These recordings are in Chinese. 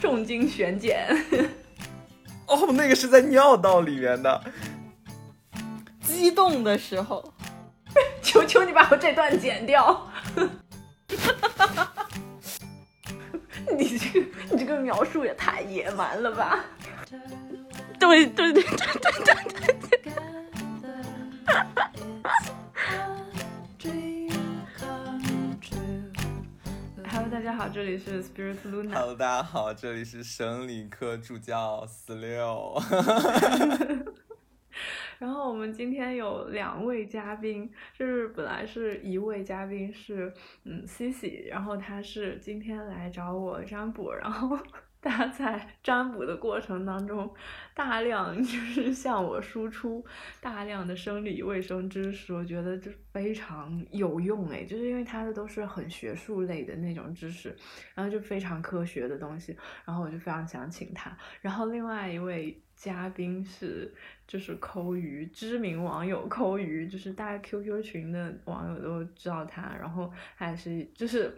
重金选 检。哦，那个是在尿道里面的。激动的时候，求求你把我这段剪掉。 你这个你这个描述也太野蛮了吧！对对对对对对对， Hello，大家好，这里是 Spirit Luna。 Hello，大家好，这里是生理科助教四六。 然后我们今天有两位嘉宾，就是本来是一位嘉宾是嗯 Cici，然后他是今天来找我占卜，然后 他在占卜的过程当中，大量就是向我输出大量的生理卫生知识，我觉得就是非常有用诶，就是因为他的都是很学术类的那种知识，然后就非常科学的东西，然后我就非常想请他。然后另外一位嘉宾是就是抠鱼，知名网友抠鱼，就是大家 QQ 群的网友都知道他，然后还是就是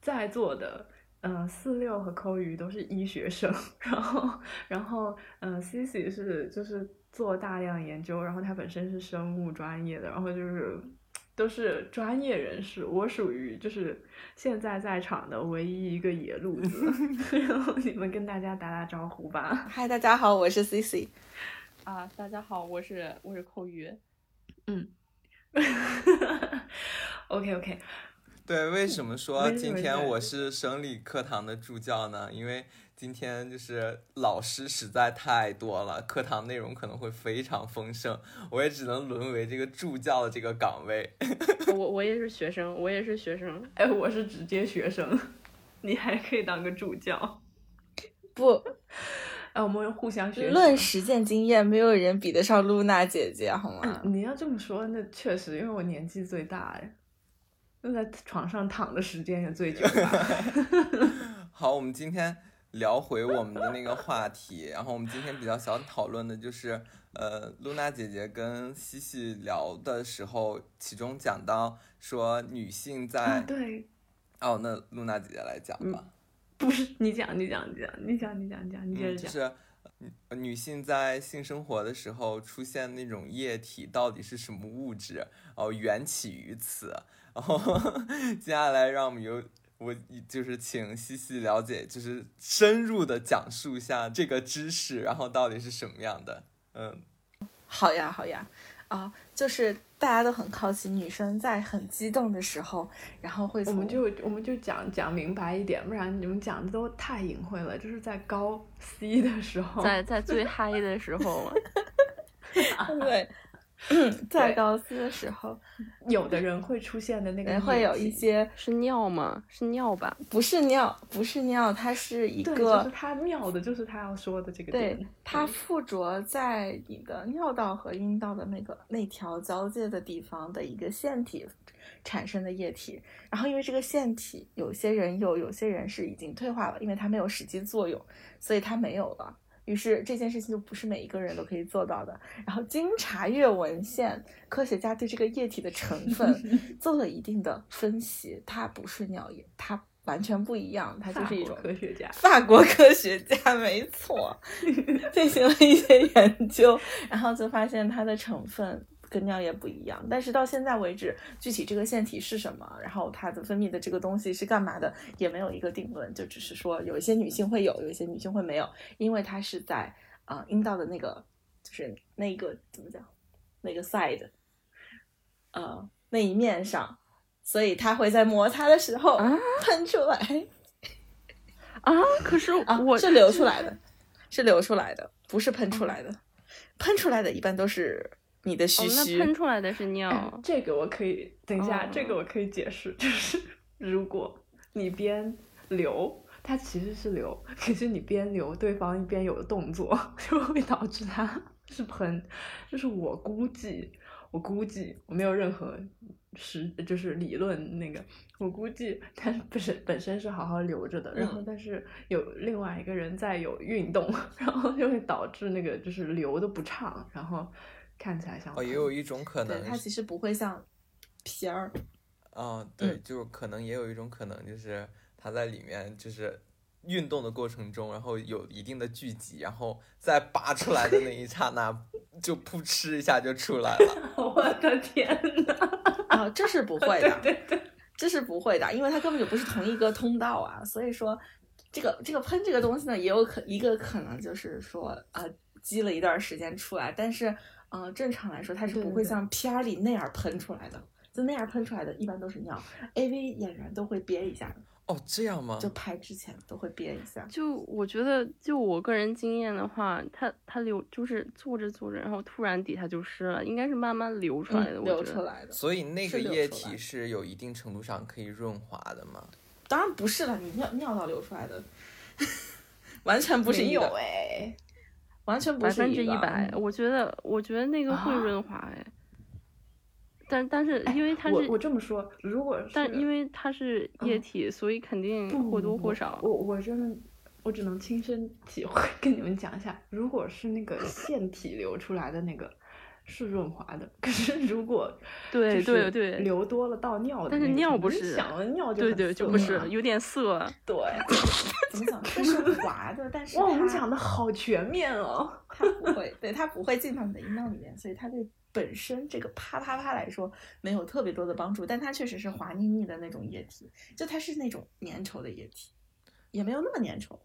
在座的。嗯，四六和抠鱼都是医学生，然后，然后，嗯，Cici 是就是做大量研究，然后他本身是生物专业的，然后就是都是专业人士，我属于就是现在在场的唯一一个野路 子， 然后你们跟大家打打招呼吧。嗨，大家好，我是 C C。啊，大家好，我是我是寇鱼，嗯 OK OK，对，为什么说没事今没天事我是生理课堂的助教呢？因为今天就是老师实在太多了，课堂内容可能会非常丰盛，我也只能沦为这个助教的这个岗位。 我我也是学生，我也是学生，哎，我是直接学生，你还可以当个助教。不，哎，我们互相学习。论实践经验，没有人比得上露娜姐姐，好吗？你要这么说，那确实，因为我年纪最大哎，那在床上躺的时间也最 久吧。好，我们今天聊回我们的那个话题， 然后我们今天比较想讨论的就是，呃，露娜姐姐跟西西聊的时候，其中讲到说女性啊在， 对，哦，那露娜姐姐来讲吧。 不是你讲，你讲，你讲，你讲，你讲，你讲，你接着嗯，就讲。是呃女性在性生活的时候出现那种液体到底是什么物质？哦，缘起于此。 然后接下来让我们由我就是请西西了解，就是深入的讲述一下这个知识，然后到底是什么样的。嗯，好呀，好呀，啊，就是大家都很好奇，女生在很激动的时候，然后会我们从就我们就讲讲明白一点，不然你们讲的都太隐晦了。就是在高 C 的时候，在 在最嗨的时候嘛，对，啊 在高斯的时候，有的人会出现的那可个能会液有一体些是尿吗？是尿吧？不是尿，不是尿，它是一对，个就是他妙的，就是他要说的这个对点。，它附着在你的尿道和阴道的那个那条交界的地方的一个腺体产生的液体。然后因为这个腺体，有些人有，有些人是已经退化了，因为它没有实际作用，所以它没有了。于是这件事情就不是每一个人都可以做到的。然后经查阅文献，科学家对这个液体的成分做了一定的分析，它不是尿液，它完全不一样，它就是一法种国科学家。法国科学家，没错，进行了一些研究，然后就发现它的成分跟尿液不一样。但是到现在为止，具体这个腺体是什么，然后它的分泌的这个东西是干嘛的，也没有一个定论，就只是说有一些女性会有，有一些女性会没有，因为它是在啊、呃阴道的那个，就是那个怎么讲，那个 side，呃那一面上。所以它会在摩擦的时候啊喷出来，啊，可是 啊，我哦是流出来的， 哦是流出来的，不是喷出来的。喷出来的一般都是你的哦须，那须。喷出来的是哎尿，这个我可以等一下，哦这个我可以解释， 就是如果你边流，它其实是流，可是你边流，对方一边有动作，就会导致它 是喷。就是我估计，我估计我没有任何实就是理论那个，我估计它本身本身是好好留着的，然后但是有另外一个人在有运动， 然后就会导致那个就是流的不畅，然后看起来像哦，也喷有一种可对，它能是，其实不会像片 儿，嗯嗯、对，就是可能也有一种可能就是她在里面就是运动的过程中，然后有一定的聚集，然后在拔出来的那一刹那，就扑哧一下就出来了。 我的天呐，啊，这是不会的，对对，这是不会的，因为它根本就不是同一个通道啊，所以说这个这个喷这个东西呢，也有可一个可能就是说啊、呃积了一段时间出来，但是嗯、呃正常来说它是对不对会对像片儿里那样喷出来的。就那样喷出来的，一般都是尿。A V 演员都会憋一下，哦，这样吗就？拍之前都会憋一下。就我觉得，就我个人经验的话，它它流就是做着做着，然后突然底下就湿了，应该是慢慢流出来的。嗯我流觉出得来的，所以那个是流液出来体是有一定程度上可以润滑的吗？当然不是了，你尿尿道流出来的， 完全不是没一有个哎，完全不百是分之一一个啊百，嗯我觉得我觉得那个会啊润滑哎，但但是因为它是哎我我这么说，如果是但因为它是液嗯体，所以肯定不嗯或多不或少。嗯我我真的，我只能亲身体会跟你们讲一下，如果是那个腺体流出来的那个。是润滑的，可是如果 对就是对对流多了到尿的那个，但是尿不你是想了尿就对很对，就涩不了是有点涩，对。 怎么讲？它是滑的，但是哇，我们它讲的好全面哦。它不会，对它不会进到你的阴道里面，所以它对本身这个啪啪啪来说没有特别多的帮助，但它确实是滑腻腻的那种液体，就它是那种粘稠的液体，也没有那么粘稠，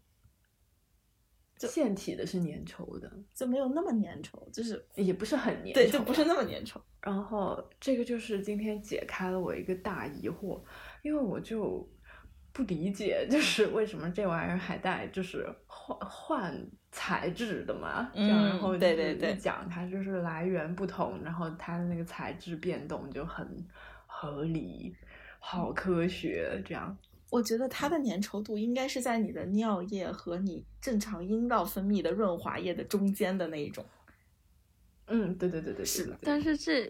就腺体的是粘稠的，就没有那么粘稠，就是也不是很粘稠，对，就不是那么粘稠。然后这个就是今天解开了我一个大疑惑，因为我就不理解，就是为什么这玩意儿还带就是换换材质的嘛？这样，然嗯后对就是对对一讲它就是来源不同，然后它的那个材质变动就很合理，嗯好科学，这样。我觉得它的粘稠度应该是在你的尿液和你正常阴道分泌的润滑液的中间的那一种。嗯，对对对对对，是的对但是这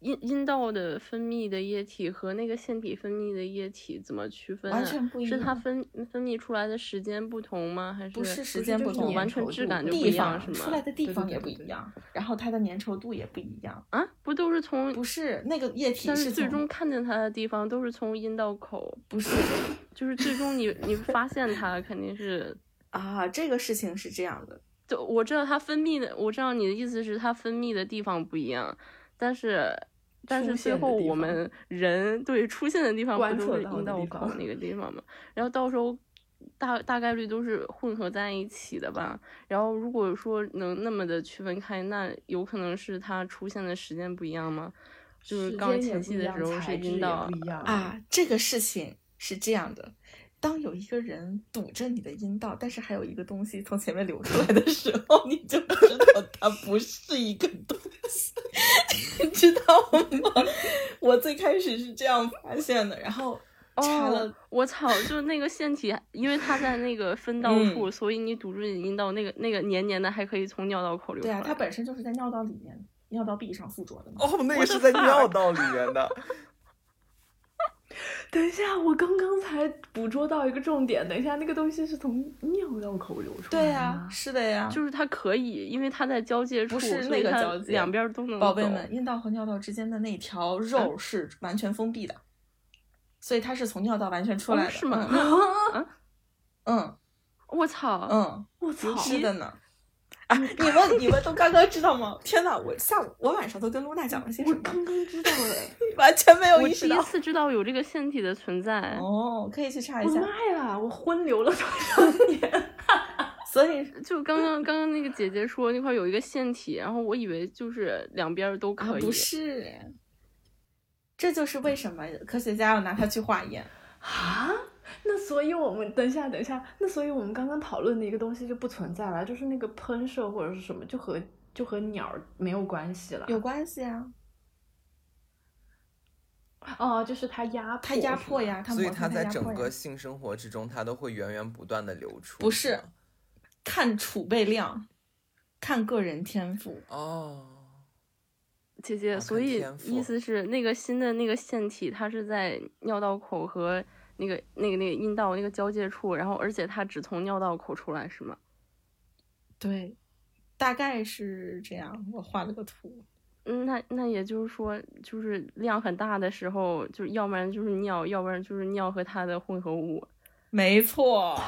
阴阴道的分泌的液体和那个腺体分泌的液体怎么区分、啊？完全不一是它样分分泌出来的时间不同吗？还是不是时是间就不是同，粘完全稠质度感就不地一样方是出来吗？的对地对方对也对不一对样，然后它的粘稠度也不一样。啊，不都是从？不是那个液体但是最从终看见它的地方都是从阴道口，不是就是最终你你发现它肯定是啊，这个事情是这样的，就我知道它分泌的，我知道你的意思是它分泌的地方不一样，但是但出是现最的后地我方们人对出现的地方观不测都是到阴的道地口方那个地方吗？然后到时候大大概率都是混合在一起的吧。然后如果说能那么的区分开，那有可能是它出现的时间不一样吗？就是时刚间也前不戏一的样时候是材质阴也道不一样啊，这个事情是这样的。当有一个人堵着你的阴道，但是还有一个东西从前面流出来的时候，你就知道它不是一个东西，你知道吗？我最开始是这样发现的，然后查了哦，我操！就那个腺体，因为它在那个分道嗯处，所以你堵住你阴道，那个那个黏黏的还可以从尿道口流出对来。啊，它本身就是在尿道里面、尿道壁上附着的嘛。哦，那个是在尿道里面的。等一下，我刚刚才捕捉到一个重点。等一下，那个东西是从尿道口流出来对啊的呀、吗是的呀，就是它可以，因为它在交界处，不是所以那个它交界两边都能宝贝走们，阴道和尿道之间的那条肉是完全封闭的，所以它是从尿道完全出哦来的，是吗？ 嗯？我操！嗯 我嗯，操！是的呢。啊，你们你们都刚刚知道吗？天哪，我下午我晚上都跟露娜讲了些什我么，刚刚知道 哎！完全没有我意第识一到。次知道有这个腺体的存在，哦，可以去查一我的下。妈呀！我婚流了多少年？ 所以就刚刚刚刚那个姐姐说那块有一个腺体，然后我以为就是两边都啊可以，不是，这就是为什么科学家要拿它去化验。啊？那所以我们等一下，等一下，那所以我们刚刚讨论的一个东西就不存在了，就是那个喷射或者是什么，就和就和鸟儿没有关系了。有关系啊，哦，就是它压迫，它压迫是吗。呀， 它所以摩擦它在压迫整个呀。性生活之中，它都会源源不断的流出。啊不是吗看储备量，看个人天赋。哦，姐哦啊姐，所看以天赋意思是那个新的那个腺体，它是在尿道口和那个那个那个阴道那个交界处，然后而且它只从尿道口出来，是吗？对，大概是这样。我画了个图，嗯，那那也就是说，就是量很大的时候，就是要不然就是尿，要不然就是尿和它的混合物。没错。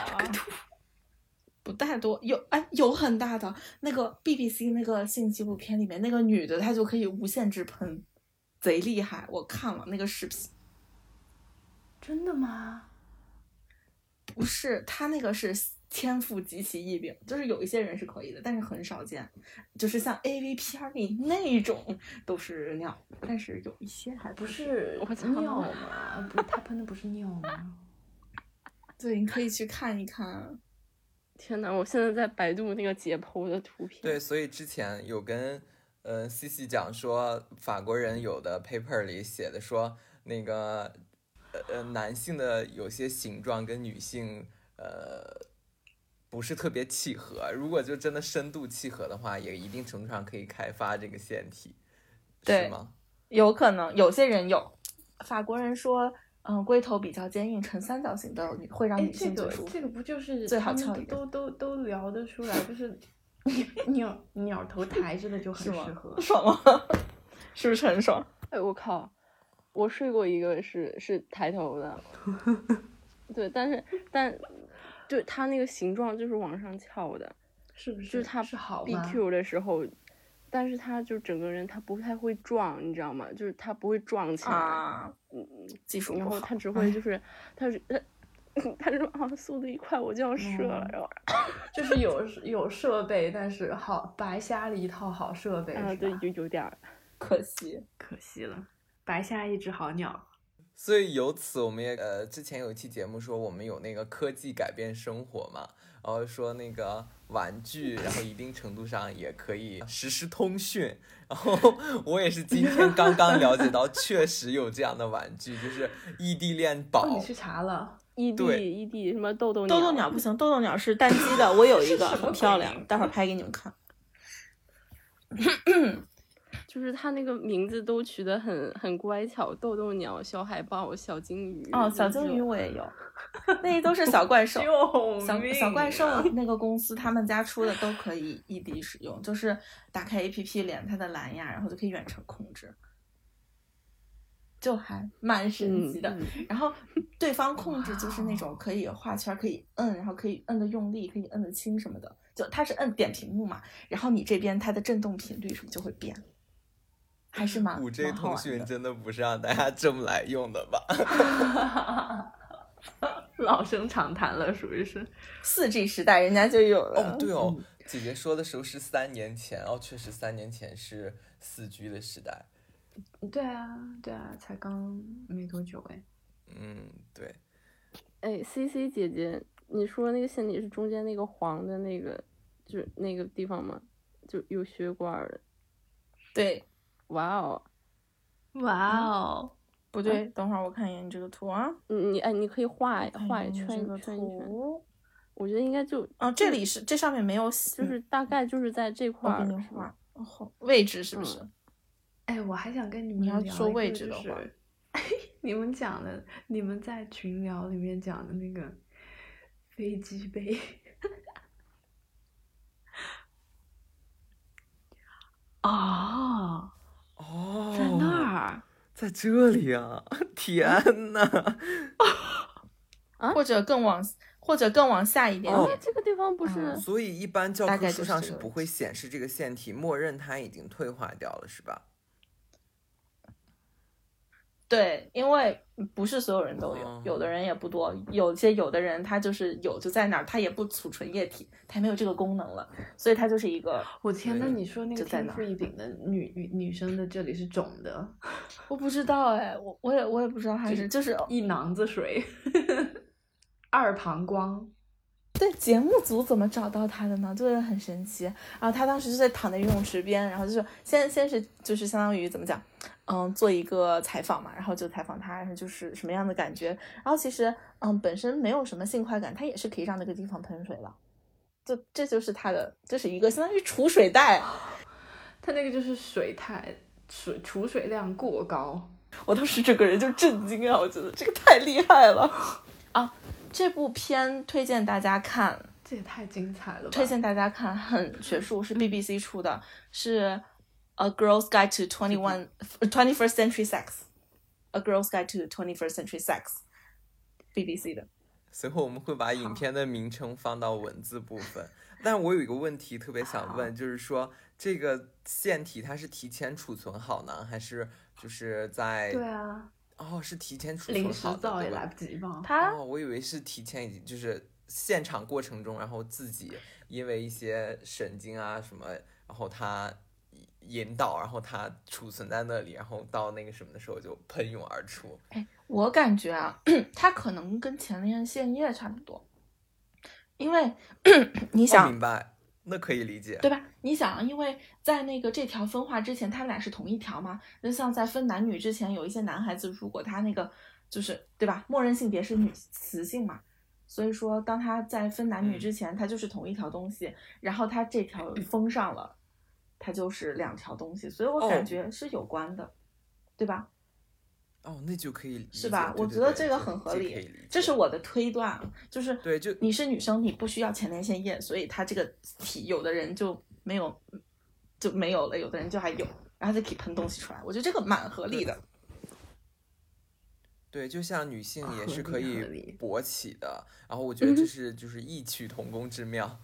不太多，有哎有很大的那个 BBC 那个性纪录片里面那个女的，她就可以无限制喷，贼厉害，我看了那个视频。真的吗？不是，他那个是天赋极其异禀，就是有一些人是可以的，但是很少见。就是像 A V 片儿里那种都是尿，但是有一些还不是我操尿吗？不，他喷的不是尿吗？对，你可以去看一看。天呐，我现在在百度那个解剖的图片。对，所以之前有跟呃西西讲说，法国人有的 paper 里写的说，那个呃呃男性的有些形状跟女性呃不是特别契合，如果就真的深度契合的话，也一定程度上可以开发这个腺体，对是吗？有可能有些人有，法国人说，嗯，龟头比较坚硬，呈三角形的女会让哎，女这性个最舒服。这个不就是最好他们翘一个都都都都聊得出来，就是 鸟鸟头抬着的就很是吗适合。爽吗？ 是不是很爽？哎，我靠，我睡过一个是是抬头的，对，但是但就它那个形状就是往上翘的， 是不是？就是他是好吗 BQ 的时候，但是他就整个人他不太会撞，你知道吗？就是他不会撞起来，啊，技术然不后 好。他只会就是他是他他就说啊速度一快我就要射了，嗯然后就是有有设备，但是好白瞎了一套好设哎备，啊是对吧？有有点儿可惜，可惜了，白瞎一只好鸟。所以由此我们也呃，之前有一期节目说我们有那个科技改变生活嘛，然后说那个玩具，然后一定程度上也可以实施通讯。然后我也是今天刚刚了解到，确实有这样的玩具，就是异地恋哦，你宝。去查了，异地对异地什么豆豆豆豆鸟不行，豆豆鸟是单机的，我有一个 是什么很漂鬼亮，待会儿拍给你们看。就是他那个名字都取得很很乖巧，豆豆鸟、小海豹、小金鱼哦，小金鱼我也 有，那些都是小怪兽。救小命小怪兽啊那个公司他们家出的都可以异地使用，就是打开 APP 连它的蓝牙，然后就可以远程控制，就还蛮神嗯奇的。然后对方控制就是那种可以画圈，可以摁，然后可以摁的用力，可以摁的轻什么的。就它是摁点屏幕嘛，然后你这边它的震动频率什么就会变，还是蛮五 G 蛮好通玩讯的真的不是让大家这么来用的嗯吧？老生常谈了，属于是。四 G 时代人家就有了。哦，对哦，嗯姐姐说的时候是三年前，哦，确实三年前是四 G 的时代。对啊，对啊，才刚没多久哎。嗯，对，哎，C C 姐姐，你说那个线体是中间那个黄的那个，就是那个地方吗？就有血管儿的。对，哇哦，哇哦，不对？等会儿我看一眼你这个图啊，你你哎，你可以画一看一画眼一你圈这一个圈一圈。图。我觉得应该就啊，这里是这上面没有写，嗯就是大概就是在这块我儿给你是吧。画哦位置是不是？哎，我还想跟你们你要聊说一个位置就的是 话你们讲的，你们在群聊里面讲的那个飞机杯。哦，哦，在那儿，在这里啊！ 天呐，或者更往或者更往下一点哦哎点，，这个地方不是 嗯所以一般教大科概书就是上这是个不会显示这个腺体，默认它已经退化掉了，是吧？对，因为不是所有人都有，哦有的人也不多，有些有的人他就是有就在那儿，他也不储存液体，他没有这个功能了，所以他就是一个我天呐！对你说那个就在天那赋异禀的女女女生的这里是肿的，我不知道哎，我我也我也不知道他是就是一囊子水，二膀胱。对节目组怎么找到他的呢？就是很神奇。然后他当时就在躺在游泳池边，然后就是先先是就是相当于怎么讲，嗯，做一个采访嘛，然后就采访他，然后就是什么样的感觉。然后其实嗯本身没有什么性快感，他也是可以让那个地方喷水了。就这就是他的，这是一个相当于储水袋。它那个就是水太水储水量过高。我当时整个人就震惊啊！我觉得这个太厉害了啊！这部片推荐大家看，这也太精彩了吧！推荐大家看，很学术，是 BBC 出的，是《A Girl's Guide to Twenty One Twenty First Century Sex》，《A Girl's Guide to Twenty First Century Sex》，BBC 的。随后我们会把影片的名称放到文字部分。 但我有一个问题特别想问，就是说这个腺体它是提前储存好呢，还是就是在？对啊，哦，是提前储临存时好的，造也对来吧？不及吧？它哦，我以为是提前已经就是现场过程中，然后自己因为一些神经啊什么，然后它引导，然后它储存在那里，然后到那个什么的时候就喷涌而出。我感觉啊，它可能跟前列腺液差不多，因为 你我想哦明白，那可以理解。对吧？你想啊，因为在那个这条分化之前，他们俩是同一条嘛？就像在分男女之前，有一些男孩子，如果他那个就是对吧，默认性别是女雌性嘛，所以说当他在分男女之前，他就是同一条东西，然后他这条封上了，他就是两条东西，所以我哦感觉是有关的，对吧？哦，那就可以理解，是吧？对我对觉得对这个很合可以理理，这解是我的推断啊，就是对就你是女生，你不需要前列腺液，所以她这个体有的人就没有就没有了，有的人就还有，然后就可以喷东西出来，我觉得这个蛮合理的。对，就像女啊性合也理是可以合理勃起的，然后我嗯觉得这是就是异曲同工之妙。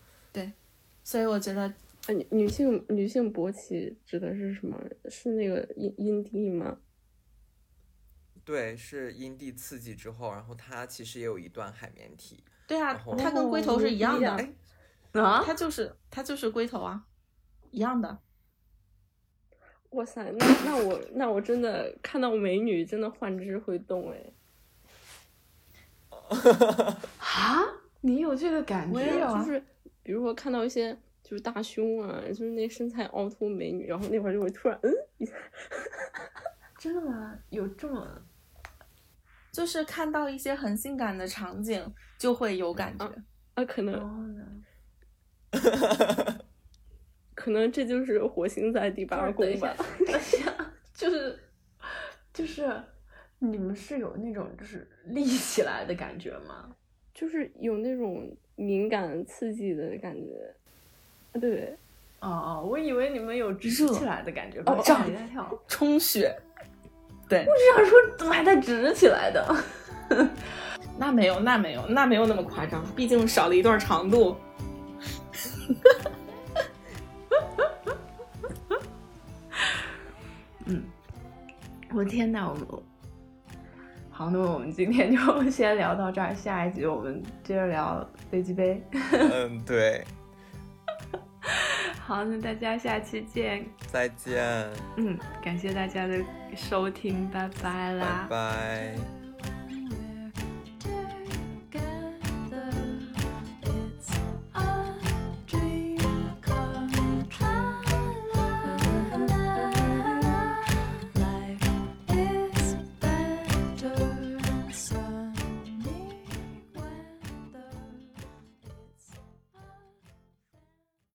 所以我觉得呃，女女性女性勃起指的是什么？是那个阴阴蒂吗？对，是阴蒂刺激之后，然后它其实也有一段海绵体。对啊然后，它跟龟头是一样哦的哎，啊，它就是它就是龟头啊，一样的。哇塞，那那我那我真的看到美女真的幻肢会动哎。啊，你有这个感我觉？哦也有啊就是比如说看到一些就是大胸啊，就是那身材凹凸美女，然后那会儿就会突然嗯一下，真的吗？有这么就是看到一些很性感的场景就会有感觉，嗯啊，可哦能高呢？可能这就是火星在第不八是等一宫下吧。等一下，就是就是，你们是有那种就是立起来的感觉吗？就是有那种敏感刺激的感觉。啊对，哦哦，我以为你们有直热起来的感觉，不哦吓胀一大跳。充血。对，我想说，怎么还带直起来的？ 那没有，那没有，那没有那么夸张，毕竟少了一段长度。我天呐，我们好，那么我们今天就先聊到这儿，下一集我们接着聊飞机杯。 嗯，对，好，那大家下期见。再见，嗯，感谢大家的收听，拜拜啦。拜拜。